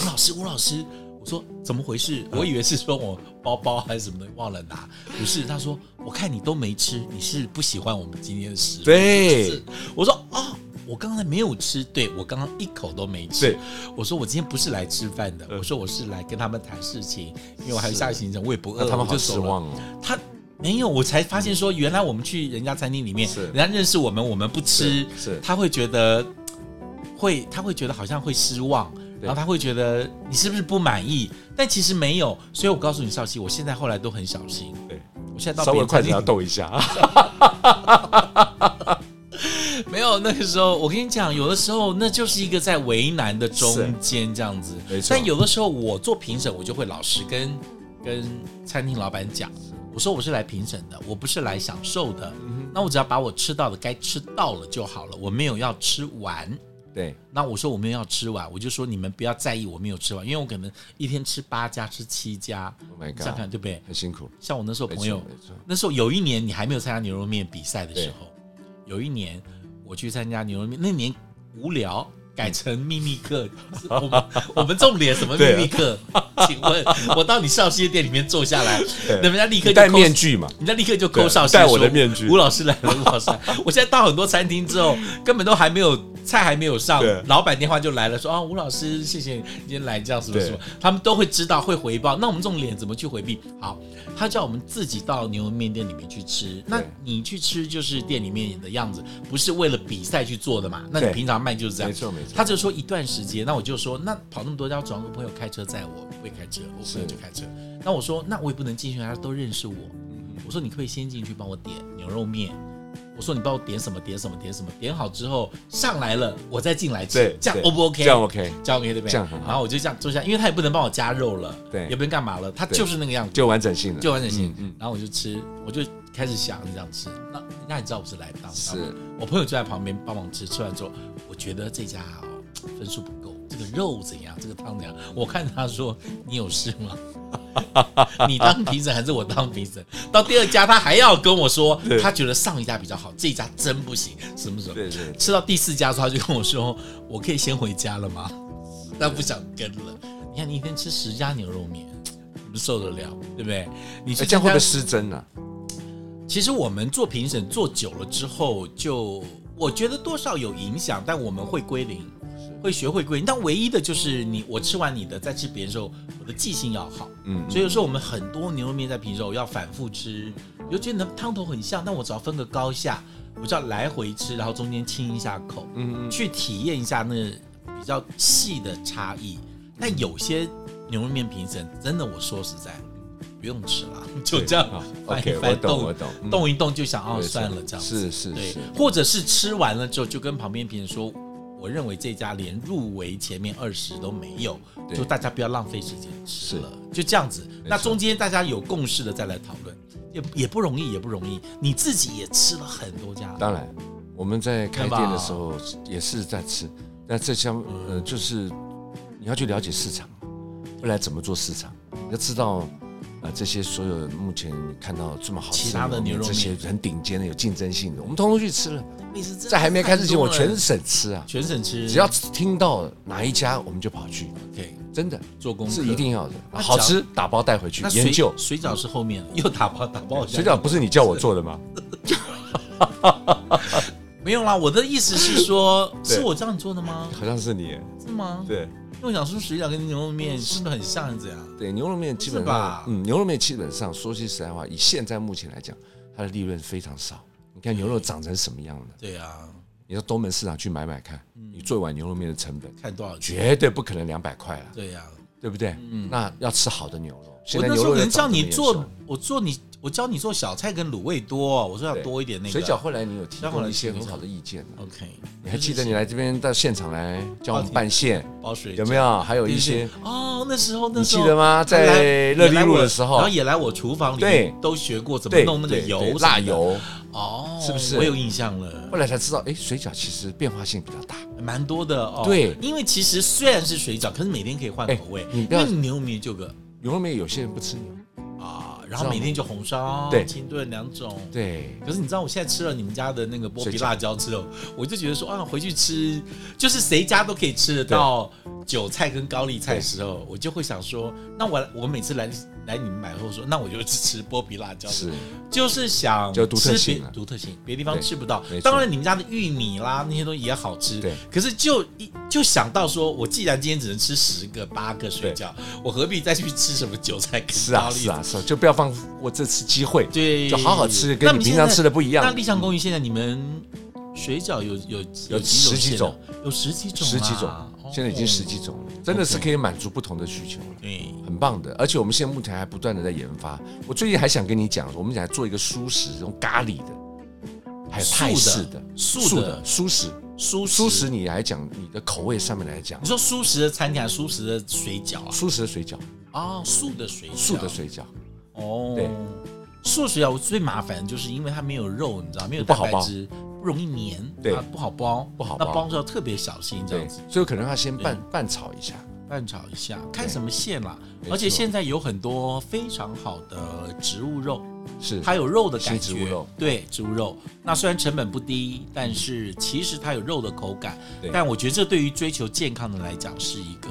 A: 吴 老师，吴老师，我说怎么回事？我以为是说我包包还是什么东西忘了拿，不是，他说我看你都没吃，你是不喜欢我们今天的食物，
B: 对
A: 是，我说啊、我刚才没有吃，对我刚刚一口都没吃
B: 对。嗯
A: 我说我今天不是来吃饭的，我说我是来跟他们谈事情，因为我还有下个行程，我也不饿，
B: 那他们
A: 呃我就
B: 好
A: 走
B: 失
A: 了。
B: 望哦。
A: 他没有，我才发现说，原来我们去人家餐厅里面，
B: 是
A: 人家认识我们，我们不吃，
B: 是是
A: 他会觉得会，他会觉得好像会失望，
B: 对
A: 然后他会觉得你是不是不满意？但其实没有，所以我告诉你，少熙，我现在后来都很小心，
B: 对，
A: 我现在到
B: 稍
A: 别
B: 微
A: 的
B: 筷
A: 餐
B: 子
A: 厅
B: 要动一下，
A: 没有，那个时候我跟你讲，有的时候那就是一个在为难的中间这样子。
B: 没错
A: 但有的时候我做评审，我就会老实跟跟餐厅老板讲，我说我是来评审的，我不是来享受的。
B: 嗯
A: 那我只要把我吃到的该吃到了就好了，我没有要吃完。
B: 对，
A: 那我说我没有要吃完，我就说你们不要在意我没有吃完，因为我可能一天吃八家吃七家
B: Oh my
A: 你想想
B: god
A: 看对不对？
B: 很辛苦。
A: 像我那时候
B: 没
A: 朋
B: 错
A: 友，
B: 没错，
A: 那时候有一年你还没有参加牛肉面比赛的时候，有一年我去参加牛肉面，那年无聊。改成秘密 课，我们我们重点什么秘密课？
B: 啊
A: 请问，我到你少熙的店里面坐下来，人家立刻
B: 你
A: 就
B: 戴
A: 扣
B: 面，具嘛，
A: 人家立刻就
B: 对啊
A: 扣少熙
B: 戴
A: 说
B: 我的面具
A: 吴老师来了，吴老师来。 我现在到很多餐厅之后，根本都还没有菜还没有上
B: 对，
A: 老板电话就来了，说啊，吴老师，谢谢你今天来这样什么
B: 对
A: 什么，他们都会知道会回报。那我们这种脸怎么去回避？好，他叫我们自己到牛肉面店里面去吃。那你去吃就是店里面的样子，不是为了比赛去做的嘛？那你
B: 对
A: 平常卖就是这样。
B: 没错没错
A: 他就说一段时间，那我就说那跑那么多家，找个朋友开车载我，我不会开车，我朋友就开车。那我说那我也不能进去，大家都认识我。我说你可不可以先进去帮我点牛肉面。我说你帮我点什么点什么点什么，点好之后上来了，我再进来吃
B: 对，
A: 这样
B: 对
A: O 不 OK？
B: 这样 OK，
A: 这样 OK 对不对？
B: 这样很好
A: 然后我就这样坐下，因为他也不能帮我加肉了，
B: 对
A: 也不能干嘛了，他就是那个样子，
B: 就完整性了，
A: 就完整性。
B: 嗯
A: 然后我就吃，我就开始想这样吃。那那你知道我是来当
B: 是
A: 我朋友就在旁边帮忙吃，吃完之后，我觉得这家哦分数不够，这个肉怎样，这个汤怎样？我看他说你有事吗？ 你当评审还是我当评审？到第二家他还要跟我 说，他觉得上一家比较好，这一家真不行，什么什么？
B: 对对
A: 吃到第四家的时候，他就跟我说：“我可以先回家了吗？” 他不想跟了。你看，你一天吃十家牛肉面，你们受得了，对不对？你去
B: 哎这样会不
A: 参
B: 会失真啊？
A: 加其实我们做评审做久了之后就，我觉得多少有影响，但我们会归零，会学会归零。但唯一的就是你，我吃完你的再吃别人的时候，我的记性要好。
B: 嗯嗯
A: 所以有时候我们很多牛肉面在评审的时候要反复吃，尤其那汤头很像，但我只要分个高下，我只要来回吃，然后中间清一下口，
B: 嗯，嗯
A: 去体验一下那比较细的差异。但有些牛肉面评审，真的我说实在，不用吃了，就这样
B: 好
A: 翻一
B: OK，
A: 翻
B: 我懂
A: 动
B: 我懂嗯
A: 动一动就想哦
B: 没错
A: 算了这样子，
B: 是是
A: 对
B: 是，
A: 或者是吃完了之后就跟旁边评审说。我认为这家连入围前面二十都没有，
B: 对
A: 就大家不要浪费时间吃
B: 是
A: 了，就这样子。那
B: 错
A: 中间大家有共识的再来讨论，也也不容易，也不容易。你自己也吃了很多家，
B: 当然，我们在开店的时候也是在吃，那这项
A: 嗯
B: 呃就是你要去了解市场，未来怎么做市场，你要知道呃这些所有目前你看到这么好吃
A: 其他的
B: 我们
A: 牛肉面
B: 这些很顶尖的有竞争性的，我们通通去吃了。
A: 美食真的
B: 在还没开之前，我
A: 太多了
B: 全省吃啊，
A: 全省吃，
B: 只要听到哪一家我们就跑去，
A: 可以
B: 真的
A: 做功课
B: 是一定要的，
A: 那
B: 好吃打包带回去
A: 那哦水
B: 研究。
A: 水饺是后面又打包打包，
B: 水饺不是你叫我做的吗？
A: 没有啦，我的意思是说，
B: 对
A: 是我叫你做的吗？
B: 好像是你，
A: 是吗？
B: 对
A: 因为我想说水饺跟牛肉面是不是很像这样？
B: 对，牛肉面基本
A: 是吧
B: 上，嗯，牛肉面基本上说句实在话，以现在目前来讲，它的利润非常少。你看牛肉长成什么样了？
A: 对啊，
B: 你到东门市场去买买看，
A: 嗯
B: 你做一碗牛肉面的成本
A: 看多少钱？
B: 绝对不可能两百块了，
A: 对呀，
B: 对不对？那要吃好的牛肉，现
A: 嗯我
B: 在
A: 那
B: 牛
A: 时候
B: 肉
A: 可能
B: 也长
A: 叫
B: 得
A: 你
B: 很
A: 做
B: 瘦，
A: 我做你，我教你做小菜跟卤味多，我说要多一点那个
B: 水饺。后来你有提
A: 那后来
B: 供一些
A: 是
B: 很好的意见的，
A: OK，
B: 你还记得你来这边到现场来教我们拌馅
A: 包水饺
B: 有没有？还有
A: 哦对
B: 一些
A: 对哦，那时候那
B: 你
A: 时
B: 记
A: 候
B: 得吗？
A: 他来
B: 在乐利路的时
A: 也来我然
B: 候
A: 后，也来我厨房里面
B: 对
A: 都学过怎么
B: 对
A: 弄那个
B: 对
A: 油
B: 对
A: 什么的
B: 辣油，
A: 哦，
B: 是不是
A: 我有印象了
B: 后，来才知道，哎，水饺其实变化性比较大。
A: 蛮多的哦。
B: 对
A: 因为其实虽然是水饺，可是每天可以换口味
B: 哎，你
A: 因
B: 不要
A: 为牛肉面就有个
B: 牛肉面有些人不吃牛，
A: 啊，
B: 嗯
A: 然后每天就红烧、
B: 对
A: 清炖两种。
B: 对，
A: 可是你知道，我现在吃了你们家的那个剥皮
B: 水饺
A: 辣椒之后，
B: 嗯
A: 我就觉得说啊，回去吃就是谁家都可以吃得到韭菜跟高丽菜的时候，我就会想说，那我我每次来来你们买后说，那我就只吃剥皮辣椒，
B: 是
A: 就是想
B: 就独特
A: 吃
B: 性
A: 别
B: 啊
A: 独特性，别的地方
B: 对
A: 吃不到
B: 没。错
A: 当然，你们家的玉米啦那些东西也好吃，
B: 对。
A: 可是就一就想到说，我既然今天只能吃十个八个水饺，我何必再去吃什么韭菜跟
B: 是
A: 高
B: 啊
A: 丽
B: 是
A: 菜？
B: 啊是啊，就不要放过这次机会，
A: 对，
B: 就好好吃，
A: 那
B: 跟
A: 你们
B: 你平
A: 现
B: 常
A: 在
B: 吃的不一
A: 那
B: 样。
A: 丽香公寓现在你们水饺有有
B: 有
A: 几
B: 十几
A: 种馅啊，有十几种啊，
B: 十几种
A: 哦，
B: 现在已经十几种了，真的是可以满足不同的需求了。
A: 对，
B: 很棒的，而且我们现在目前还不断的在研发。我最近还想跟你讲，我们想做一个素食，这种咖喱的，还有泰式的、
A: 素的素
B: 素
A: 的
B: 的素食。
A: 素
B: 素
A: 食。
B: 食你来讲，你的口味上面来讲
A: 你，说素食的餐点，还是素食的水饺啊？
B: 素食的水饺，
A: 哦，素的水饺，
B: 素的水饺
A: 哦，
B: 对，
A: 素水饺最麻烦就是因为它没有肉，你知道，没有
B: 不
A: 蛋
B: 好
A: 白
B: 包
A: 质，不容易粘，
B: 对
A: 啊不好包，
B: 不好
A: 那
B: 包
A: 包是要特别小心这
B: 对
A: 样子，，
B: 所以可能要先拌拌炒一下。
A: 拌炒一下，看什么馅啦。
B: 没
A: 而且
B: 错
A: 现在有很多非常好的植物肉，
B: 是，
A: 它有肉的感
B: 吃
A: 觉，
B: 植物肉
A: 对植物肉。那虽然成本不低，但是其实它有肉的口感
B: 对。
A: 但我觉得这对于追求健康的来讲是一个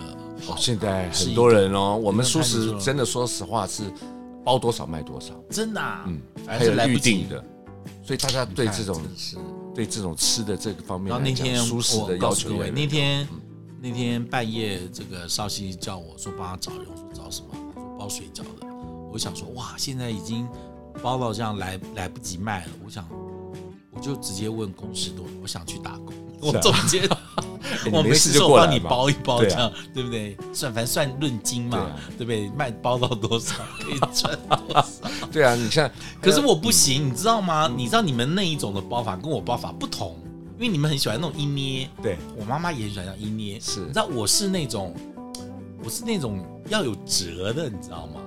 A: 好
B: 哦，现在很多人哦，我们
A: 真的
B: 素
A: 太没
B: 食
A: 错了
B: 真的说实话是包多少卖多少，
A: 真的、啊，
B: 嗯，
A: 反
B: 还
A: 正
B: 有
A: 是来不
B: 预
A: 及
B: 定。的，所以大家对这种
A: 哎真的是，
B: 对这种吃的这个方面
A: 然后
B: 来
A: 那
B: 讲，
A: 天
B: 素食
A: 我
B: 的
A: 告
B: 要
A: 诉
B: 求
A: 各
B: 也
A: 位，
B: 很
A: 那天
B: 嗯
A: 那天半夜，这个少熙叫我说帮他找人，我说找什么？他说包水饺的。我想说，哇，现在已经包到这样来来不及卖了。我想，我就直接问公司多，我想去打 工。我
B: 是啊
A: 中间
B: 你
A: 我
B: 没
A: 没
B: 事
A: 事
B: 就
A: 做
B: 过
A: 帮
B: 来
A: 你
B: 嘛
A: 包一包，这
B: 对啊
A: 样对不对？算反正算论斤
B: 对
A: 嘛
B: 啊，
A: 对不对？卖包到多少可以赚多少。
B: 对啊，你像，
A: 可是我不行，你知道吗？
B: 嗯
A: 你知道你们那一种的包法跟我包法不同，因为你们很喜欢那种一捏，
B: 对
A: 我妈妈也很喜欢那种一捏。
B: 是
A: 你知道我是那种，我是那种要有折的，你知道吗？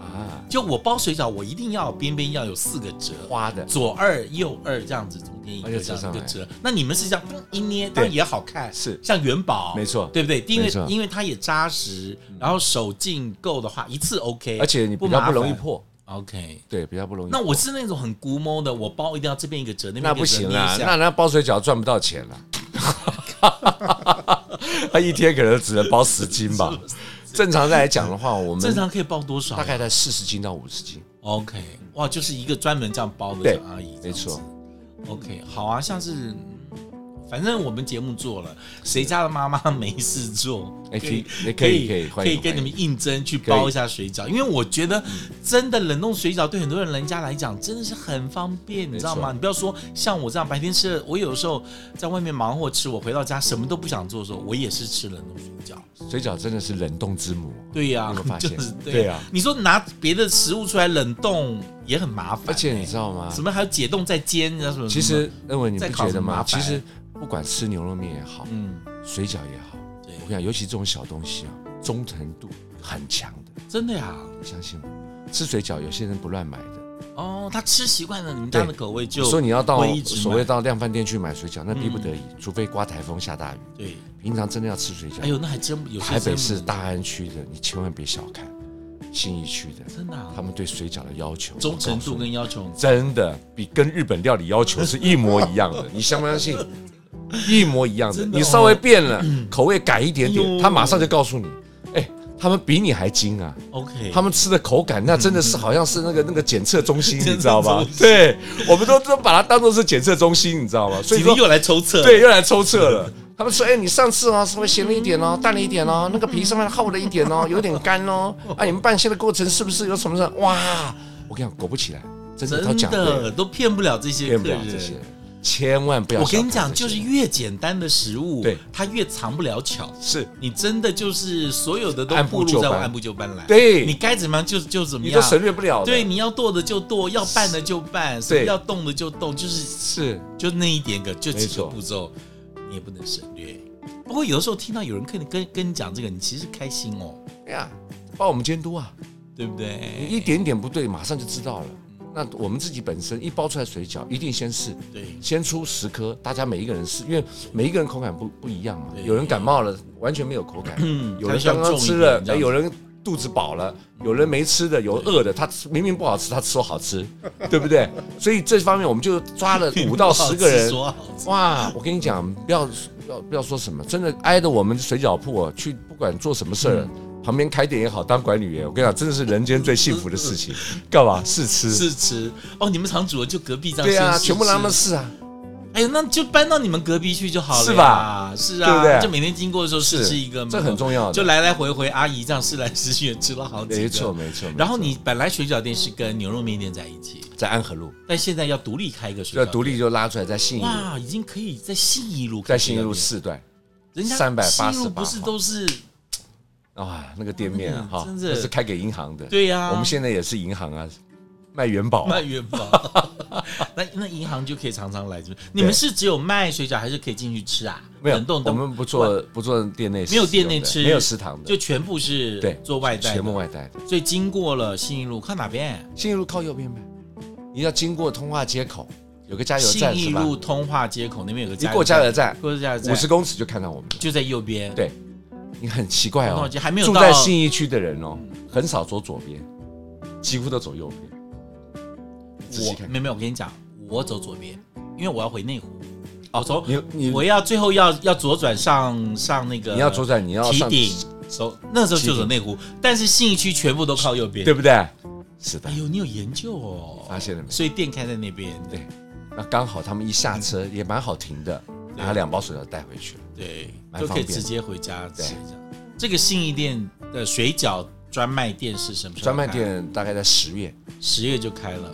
B: 啊，
A: 就我包水饺，我一定要边边要有四个折，
B: 花的
A: 左二右二这样子，中间一
B: 而
A: 个这
B: 且哎折
A: 样
B: 上
A: 一
B: 来
A: 个折。那你们是这样嗯嘣一捏，
B: 对
A: 但也好看，
B: 是
A: 像元宝，
B: 没错
A: 对不对？因为
B: 没错嗯
A: 因为它也扎实，然后手劲够的话，一次 OK，
B: 而且你比
A: 麻
B: 较
A: 烦
B: 不容易破，
A: OK。
B: 对，比较不容易
A: 那
B: 破。
A: 我是那种很估摸的，我包一定要这边一个折，那边
B: 那
A: 一个
B: 不
A: 折
B: 行啊
A: 捏一
B: 啦，
A: 下
B: 那那包水饺赚不到钱了。 他一天可能只能包十斤 吧。正常来讲的话，我
A: 正
B: 们
A: 常可以包多少
B: 大？概在四十斤到五十斤。
A: OK，哇，就是一个专门这样包的
B: 对
A: 小阿姨，
B: 没错。
A: OK，好啊，像是嗯反正我们节目做了，谁家的妈妈没事做，
B: 哎可以
A: 可
B: 可以可以
A: 可
B: 欢迎
A: 以跟你们应征去包一下水饺，因为我觉得真的冷冻水饺对很多人人家来讲真的是很方便，你知道
B: 没
A: 吗？
B: 错
A: 你不要说像我这样白天吃了，我有时候在外面忙或吃，我回到家什么都不想做的时候，我也是吃冷冻水饺。
B: 水饺真的是冷冻之母，
A: 对呀、
B: 你有没有发现
A: 就是对
B: 对啊
A: 你说拿别的食物出来冷冻也很麻烦、
B: 而且你
A: 欸
B: 知道吗
A: 什？么还要解冻再煎，啊然后什么？
B: 其实，认为你不
A: 再烤
B: 觉
A: 什
B: 得
A: 么麻
B: 吗？
A: 烦
B: 其实不管吃牛肉面也好，
A: 嗯，
B: 水饺也好，
A: 对
B: 我跟你讲，尤其这种小东西啊，忠诚度很强的，
A: 真的呀、
B: 你相信我。吃水饺有些人不乱买的，
A: 哦，他吃习惯了你们家的口味就，
B: 所以你要到
A: 会一直买嗯
B: 所谓到量贩店去买水饺，那逼不得已，除非刮台风下大雨。
A: 对，
B: 平常真的要吃水
A: 哎
B: 饺，
A: 呦，那还真有些
B: 台北
A: 真
B: 市大安区的你千万别小看，新义区的，
A: 真的啊
B: 他们对水饺的要求
A: 忠诚
B: 我告诉
A: 度
B: 你
A: 跟要求，
B: 真的比跟日本料理要求是一模 一样的，你相不相信？一模一样的，
A: 真的哦
B: 你稍微变了，口味改一点
A: 哎
B: 点，
A: 呦
B: 他马上就告诉你，
A: 嗯
B: 哎，他们比你还精啊！
A: OK，
B: 他们吃的口感，那真的是好像是那个那个检测中心，你
A: 嗯检测
B: 知道吧
A: 中心？
B: 对，我们都都把它当做是检测中心，你知道吗？所以
A: 今
B: 说
A: 天又来抽测，
B: 对，又来抽测了。他们说：“哎、你上次啊，稍微咸了一点哦，淡了一点哦，那个皮上面厚了一点 哦，有点干哦。啊，你们拌馅的过程是不是有什么事？哇，我跟你讲，果不其然，真的他
A: 真
B: 讲对了
A: 的都骗不了这些
B: 骗
A: 客
B: 不了这些
A: 人。，
B: 千万不要
A: 我
B: 小看这些。
A: 跟你讲，就是越简单的食物，
B: 对
A: 它越藏不了巧。
B: 是
A: 你真的就是所有的都
B: 按
A: 步
B: 部
A: 入
B: 就
A: 在我
B: 班
A: 按部就班来，
B: 对
A: 你该怎么样就就怎么
B: 你
A: 样
B: 都，省略不了的。
A: 对，，你要剁的就剁，要拌的就拌，所以
B: 对
A: 要动的就动，就是
B: 是
A: 就那一点个，就几
B: 没
A: 个
B: 错
A: 步骤，你也不能省略。不过有的时候听到有人跟跟跟你讲这个，你其实开心哦，
B: 哎呀，帮我们监督啊，
A: 对不
B: 你
A: 对？
B: 一点点不对，马上就知道了。那我们自己本身一包出来水饺，一定先试，
A: 对，
B: 先出十颗，大家每一个人试，因为每一个人口感不不一样嘛
A: 对。
B: 有人感冒了，完全没有口感；
A: 嗯
B: 有
A: 它
B: 人
A: 需要
B: 刚刚
A: 重一
B: 吃
A: 点
B: 了
A: 这，样
B: 哎
A: 子
B: 有人肚子饱了，有人没吃的，有饿的，他吃明明不好吃，他说好吃，对不对？所以这方面我们就 抓了五到十个人，
A: 说好吃
B: 哇！我跟你讲，不要不要不要说什么，真的挨着我们水饺铺啊，去不管做什么事儿，
A: 嗯
B: 旁边开店也好，当管理员，我跟你讲，真的是人间最幸福的事情。
A: 嗯
B: 干嘛试吃？
A: 试吃哦，你们常煮的就隔壁这样
B: 对啊，
A: 先试
B: 全部让他
A: 吃
B: 们试啊。
A: 哎呀，那就搬到你们隔壁去就好了，
B: 是吧？
A: 是啊，
B: 对不对
A: 就每天经过的时候试
B: 是
A: 吃一个嘛，
B: 这很重要的
A: 就来来回回，阿姨这样试来试去也吃了好几个。
B: 没错。没错。没错
A: 然后你本来水饺店是跟牛肉面店在一起，
B: 在安和路，
A: 但现在要独立开一个水
B: 就
A: 饺
B: 要独
A: 立。
B: 立就拉出来，在信义路，
A: 哇，已经可以在信义路开
B: 在
A: 水
B: 信
A: 饺
B: 义
A: 店，
B: 路四段
A: 人家
B: 388
A: 信义路不是
B: 号
A: 都是
B: 啊，那个店面啊，
A: 那个
B: 哈，
A: 真的
B: 那是开给银行的。
A: 对呀？
B: 我们现在也是银行啊，卖元 宝啊
A: 卖元宝，那那银行就可以常常来这边。你们是只有卖水饺，还是可以进去吃啊？
B: 没有
A: 冷冻，的
B: 我们不做不做店内食
A: 没有
B: 用的，
A: 店内吃
B: 没有食堂的
A: 就，全部是
B: 对
A: 做外带的，
B: 全部外带的。
A: 所以经过了信义路，看哪边？
B: 信义路靠右边呗，你要经过通化街口，有个加油
A: 信
B: 站
A: 义
B: 是吧？
A: 路通化街口那边有个
B: 一
A: 加油
B: 过加油站
A: 站，过加油站
B: 五十公尺就看到我们了。
A: 就在右边。
B: 对，你很奇怪
A: 通化
B: 哦
A: 街，还没有
B: 住
A: 到
B: 在信义区的人哦，很少走左边，几乎都走右边。你仔细
A: 我
B: 看，
A: 没有没有，我跟你讲，我走左边，因为我要回内湖。哦，走，
B: 你你
A: 我要最后要要左转上上那个，
B: 你要左转，你要
A: 提
B: 上
A: 顶走，那时候就走内湖，但是信义区全部都靠右边。
B: 对，不对？是的
A: 哎，呦，你有研究哦，
B: 发现了没？
A: 所以店开在那边。
B: 对，那刚好他们一下车也蛮好停的，拿两包水饺带回去了。
A: 对，
B: 蛮
A: 就可以
B: 方便
A: 直接回家吃
B: 对
A: 这样。这个信义店的水饺专卖店是什么时候
B: 专
A: 开？
B: 卖店大概在十月，
A: 十月就开了，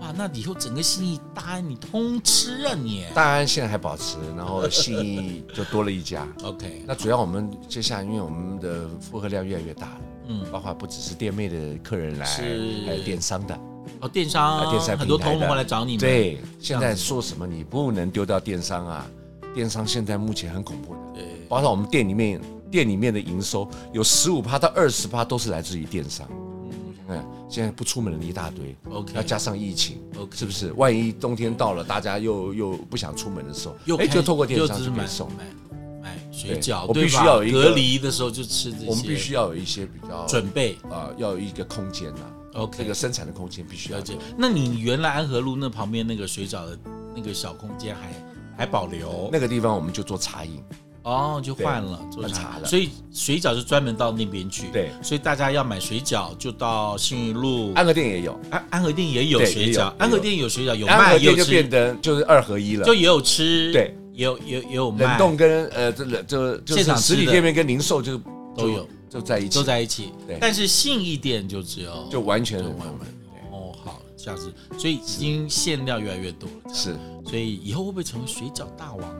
A: 哇，那以后整个信义大安你通吃啊你。
B: 大安现在还保持，然后信义就多了一家。
A: OK，
B: 那主要我们接下来，因为我们的负荷量越来越大了，
A: 嗯
B: 嗯，包括不只是店妹的客人来，
A: 是
B: 还有电商的，
A: 哦，电商，
B: 啊电商平台的
A: 很多同仁会来找你们，，
B: 对，现在说什么你不能丢掉电商啊，电商现在目前很恐怖的，
A: 对
B: 包括我们店里面店里面的营收有十五趴到二十趴都是来自于电商，嗯，现在不出门的一大堆，
A: ，OK，
B: 要加上疫情
A: OK
B: 是不是？万一冬天到了，大家又又不想出门的时候
A: 又，
B: 哎，
A: 开
B: 就透过电
A: 又
B: 商
A: 只
B: 就是可
A: 买
B: 以送。
A: 买买水饺，
B: 我
A: 对
B: 必须
A: 吧
B: 要有一个
A: 隔离的时候就吃这些，
B: 我们必须要有一些比较
A: 准备
B: 啊、要有一个空间呐、
A: OK
B: 这个生产的空间必须要
A: 了解
B: 有。。
A: 那你原来安和路那旁边那个水饺的那个小空间还还保留，
B: 那个地方我们就做茶饮，
A: 哦，就换了做
B: 换
A: 茶
B: 茶了
A: 所以水饺就专门到那边去，
B: 对
A: 所以大家要买水饺就到信义路
B: 安和店也有，
A: 安安和店也有
B: 对
A: 水
B: 也有
A: 饺，安和店有水饺，有
B: 安
A: 卖
B: 和
A: 也
B: 店
A: 有
B: 就变
A: 吃，
B: 成就是二合一了
A: 就，也有吃，
B: 对，
A: 也有也有也有卖
B: 冷，冻跟呃这冷就就
A: 现场
B: 是
A: 吃
B: 实体
A: 的
B: 店面跟零售就
A: 都有
B: 就就在一起，
A: 都在一起
B: 对。
A: 但是信义店就只有
B: 就完全
A: 就
B: 很
A: 完
B: 空
A: 了
B: 了。对
A: 哦，好，这样子，所以已经馅料越来越多了，
B: 是
A: 所以以后会不会成为水饺大王啊？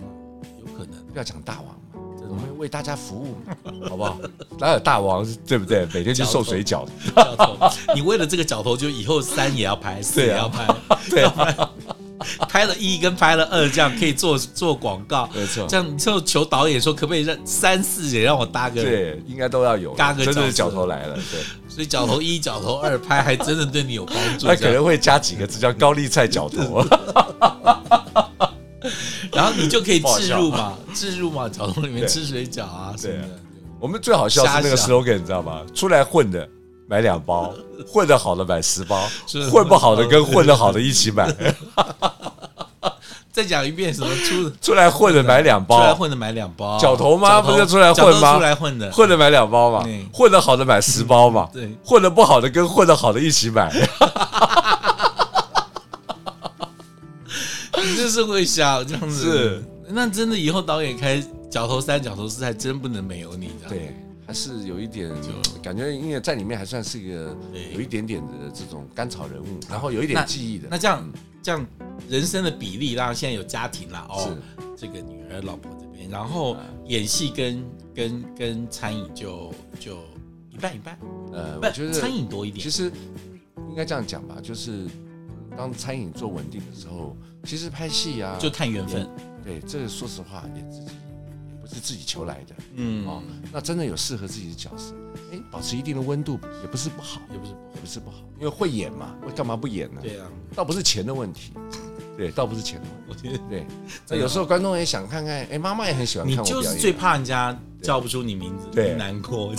A: 有可能，
B: 不要讲大王嘛，我们为大家服务 嘛，好不好？哪有大王对不对？每天去
A: 脚头
B: 送水饺，
A: 教头，你为了这个饺头，就以后三也要拍，四也
B: 对啊
A: 要拍，
B: 对啊，
A: 拍了一跟拍了二，这样可以做做广告。
B: 没错
A: 这样就求导演说，可不可以让三四也让我搭个？，
B: 对，应该都要有的
A: 嘎，个
B: 真的是
A: 饺
B: 角
A: 子
B: 头来了，对。
A: 所以角头一、角头二拍，还真的对你有帮助。这
B: 那哎可
A: 样
B: 能会加几个字叫高丽菜角头，
A: 然后你就可以
B: 不好
A: 置
B: 笑
A: 入嘛，置入嘛，角头里面
B: 对
A: 吃水饺啊什么
B: 对啊
A: 的。
B: 我们最好笑是那个
A: 瞎
B: slogan，你知道吗？出来混的买 两包，混得好的买十包
A: 是，嗯
B: 混不好的跟混得好的一 起买，
A: 再讲一遍，什么出出
B: 出来混的买两
A: 来
B: 包，
A: 混的买两包，
B: 角头吗不是出来
A: 角
B: 混
A: 头
B: 吗
A: 出来混的，
B: 混的买两包嘛
A: 嗯，
B: 混得好的买十包嘛
A: 对，
B: 混得不好的跟混得好的一起买，
A: 你就是会想这样子。
B: 是，
A: 那真的以后导演开角头三、角头四，还真不能没有你。这样，
B: 对，还是有一点感觉，因为在里面还算是一个
A: 对
B: 有一点点的这种甘草人物，然后有一点记忆的，
A: 那这样这样人生的比例啦，现在有家庭啦，哦，
B: 是
A: 这个女儿、老婆这边，然后
B: 嗯
A: 演戏跟跟跟餐饮就就一半一半，
B: 呃，
A: 不
B: 我觉得
A: 餐饮多一
B: 其
A: 点。
B: 实应该这样讲吧，就是当餐饮做稳定的时候，其实拍戏啊，
A: 就看缘分，
B: 对这个说实话也自己也不是自己求来的哦
A: 嗯，。
B: 那真的有适合自己的角色，哎，保持一定的温度也不是不好，
A: 也不是不好
B: 也不是不好，因为会演嘛，会干嘛不演呢？
A: 对啊，
B: 倒不是钱的问题，对，倒不是钱的问题。
A: 我觉得
B: 对，那有时候观众也想看看，哎，妈妈也很喜欢
A: 你
B: 看我表
A: 就是
B: 演。
A: 最怕人家叫不出你名字，
B: 对
A: 你难过。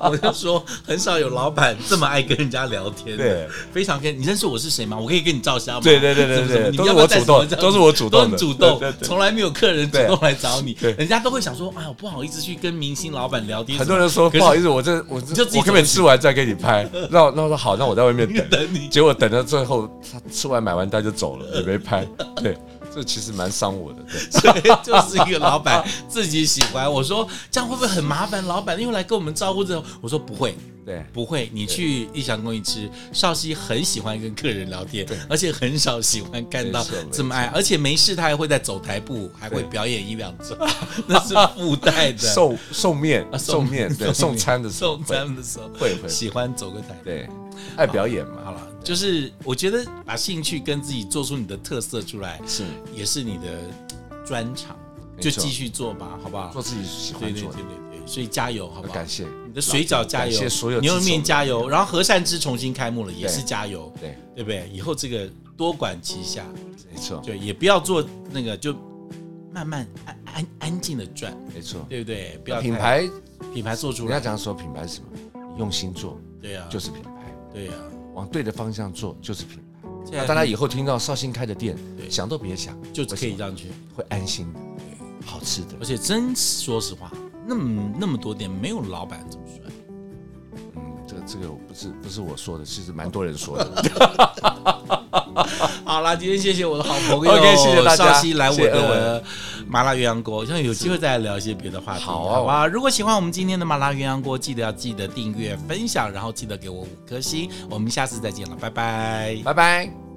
A: 我就说，很少有老板这么爱跟人家聊天的，
B: 对
A: 非常跟你认识我是谁吗？我可以跟你照相吗？
B: 对对对对
A: 什么什么
B: 对
A: 你
B: 都
A: 要
B: 是
A: 不要
B: 我
A: 带
B: 主
A: 什么
B: 动
A: 这样，
B: 都是我主
A: 都
B: 动
A: 很
B: 的，
A: 主动
B: 对对，对
A: 从来没有客人主动来找你
B: 对，
A: 人家都会想说，哎呦，不好意思去跟明星老板聊天什么，
B: 很多人说
A: 可是
B: 不好意思，我这我这
A: 就自己
B: 我根
A: 走
B: 本吃完再给你拍。那我那我说好，那我在外面 等
A: 等你
B: 结果等到最后，他吃完买完单就走了，也没拍。对，这其实蛮伤我的。对，
A: 所以就是一个老板自己喜欢。我说这样会不会很麻烦？老板又来跟我们招呼这种，我说不会，
B: 对
A: 不会。你去逸翔公益吃，少熙很喜欢跟客人聊天，而且很少喜欢看到
B: 没错没错
A: 这么爱，而且没事他还会在走台步，还会
B: 对
A: 表演一两 周，那是附带的。
B: 送送面
A: 啊
B: 送面，对，送餐的时候
A: 送餐的时候
B: 会会
A: 喜欢走个台步。
B: 对，爱表演
A: 好
B: 嘛，
A: 了，就是我觉得把兴趣跟自己做出你的特色出来，
B: 是
A: 也是你的专长，
B: 没
A: 就
B: 错
A: 继续做吧，好不好？
B: 做自己喜欢
A: 对对
B: 做
A: 对
B: 的。
A: 对对，所以加油，好不好？
B: 感谢
A: 你的水饺加油，
B: 感谢所有
A: 牛肉
B: 支持我
A: 面
B: 们
A: 加油，然后和善之重新开幕了，也是加油，
B: 对，
A: 对不对？以后这个多管齐下，
B: 没错
A: 对，也不要做那个，就慢慢安安安静的赚，
B: 没错。
A: 对不对？不要
B: 品
A: 太
B: 牌，
A: 品牌做出
B: 人家
A: 来，
B: 讲说品牌是什么，你用心做
A: 对啊，
B: 就是品牌，
A: 对啊。
B: 往对的方向做就是品牌。
A: 现
B: 那
A: 在
B: 大家以后听到绍兴开的店，
A: 啊对
B: 想都别想，
A: 就可以
B: 为什么
A: 上去，
B: 会安心的，好吃的
A: 而。且真说实话，那么那么多店没有老板这么帅，
B: 嗯，这个这个不是不是我说的，其实蛮多人说 的。
A: 好啦，今天谢谢我的好朋友
B: OK，谢谢大家
A: 绍熙来我
B: 谢谢恩
A: 的麻辣鸳鸯锅，希望有机会再来聊一些别的话题，
B: 好啊
A: 好吧？如果喜欢我们今天的麻辣鸳鸯锅，记得要记得订阅、分享，然后记得给我五颗星。我们下次再见了，拜拜。
B: 拜拜。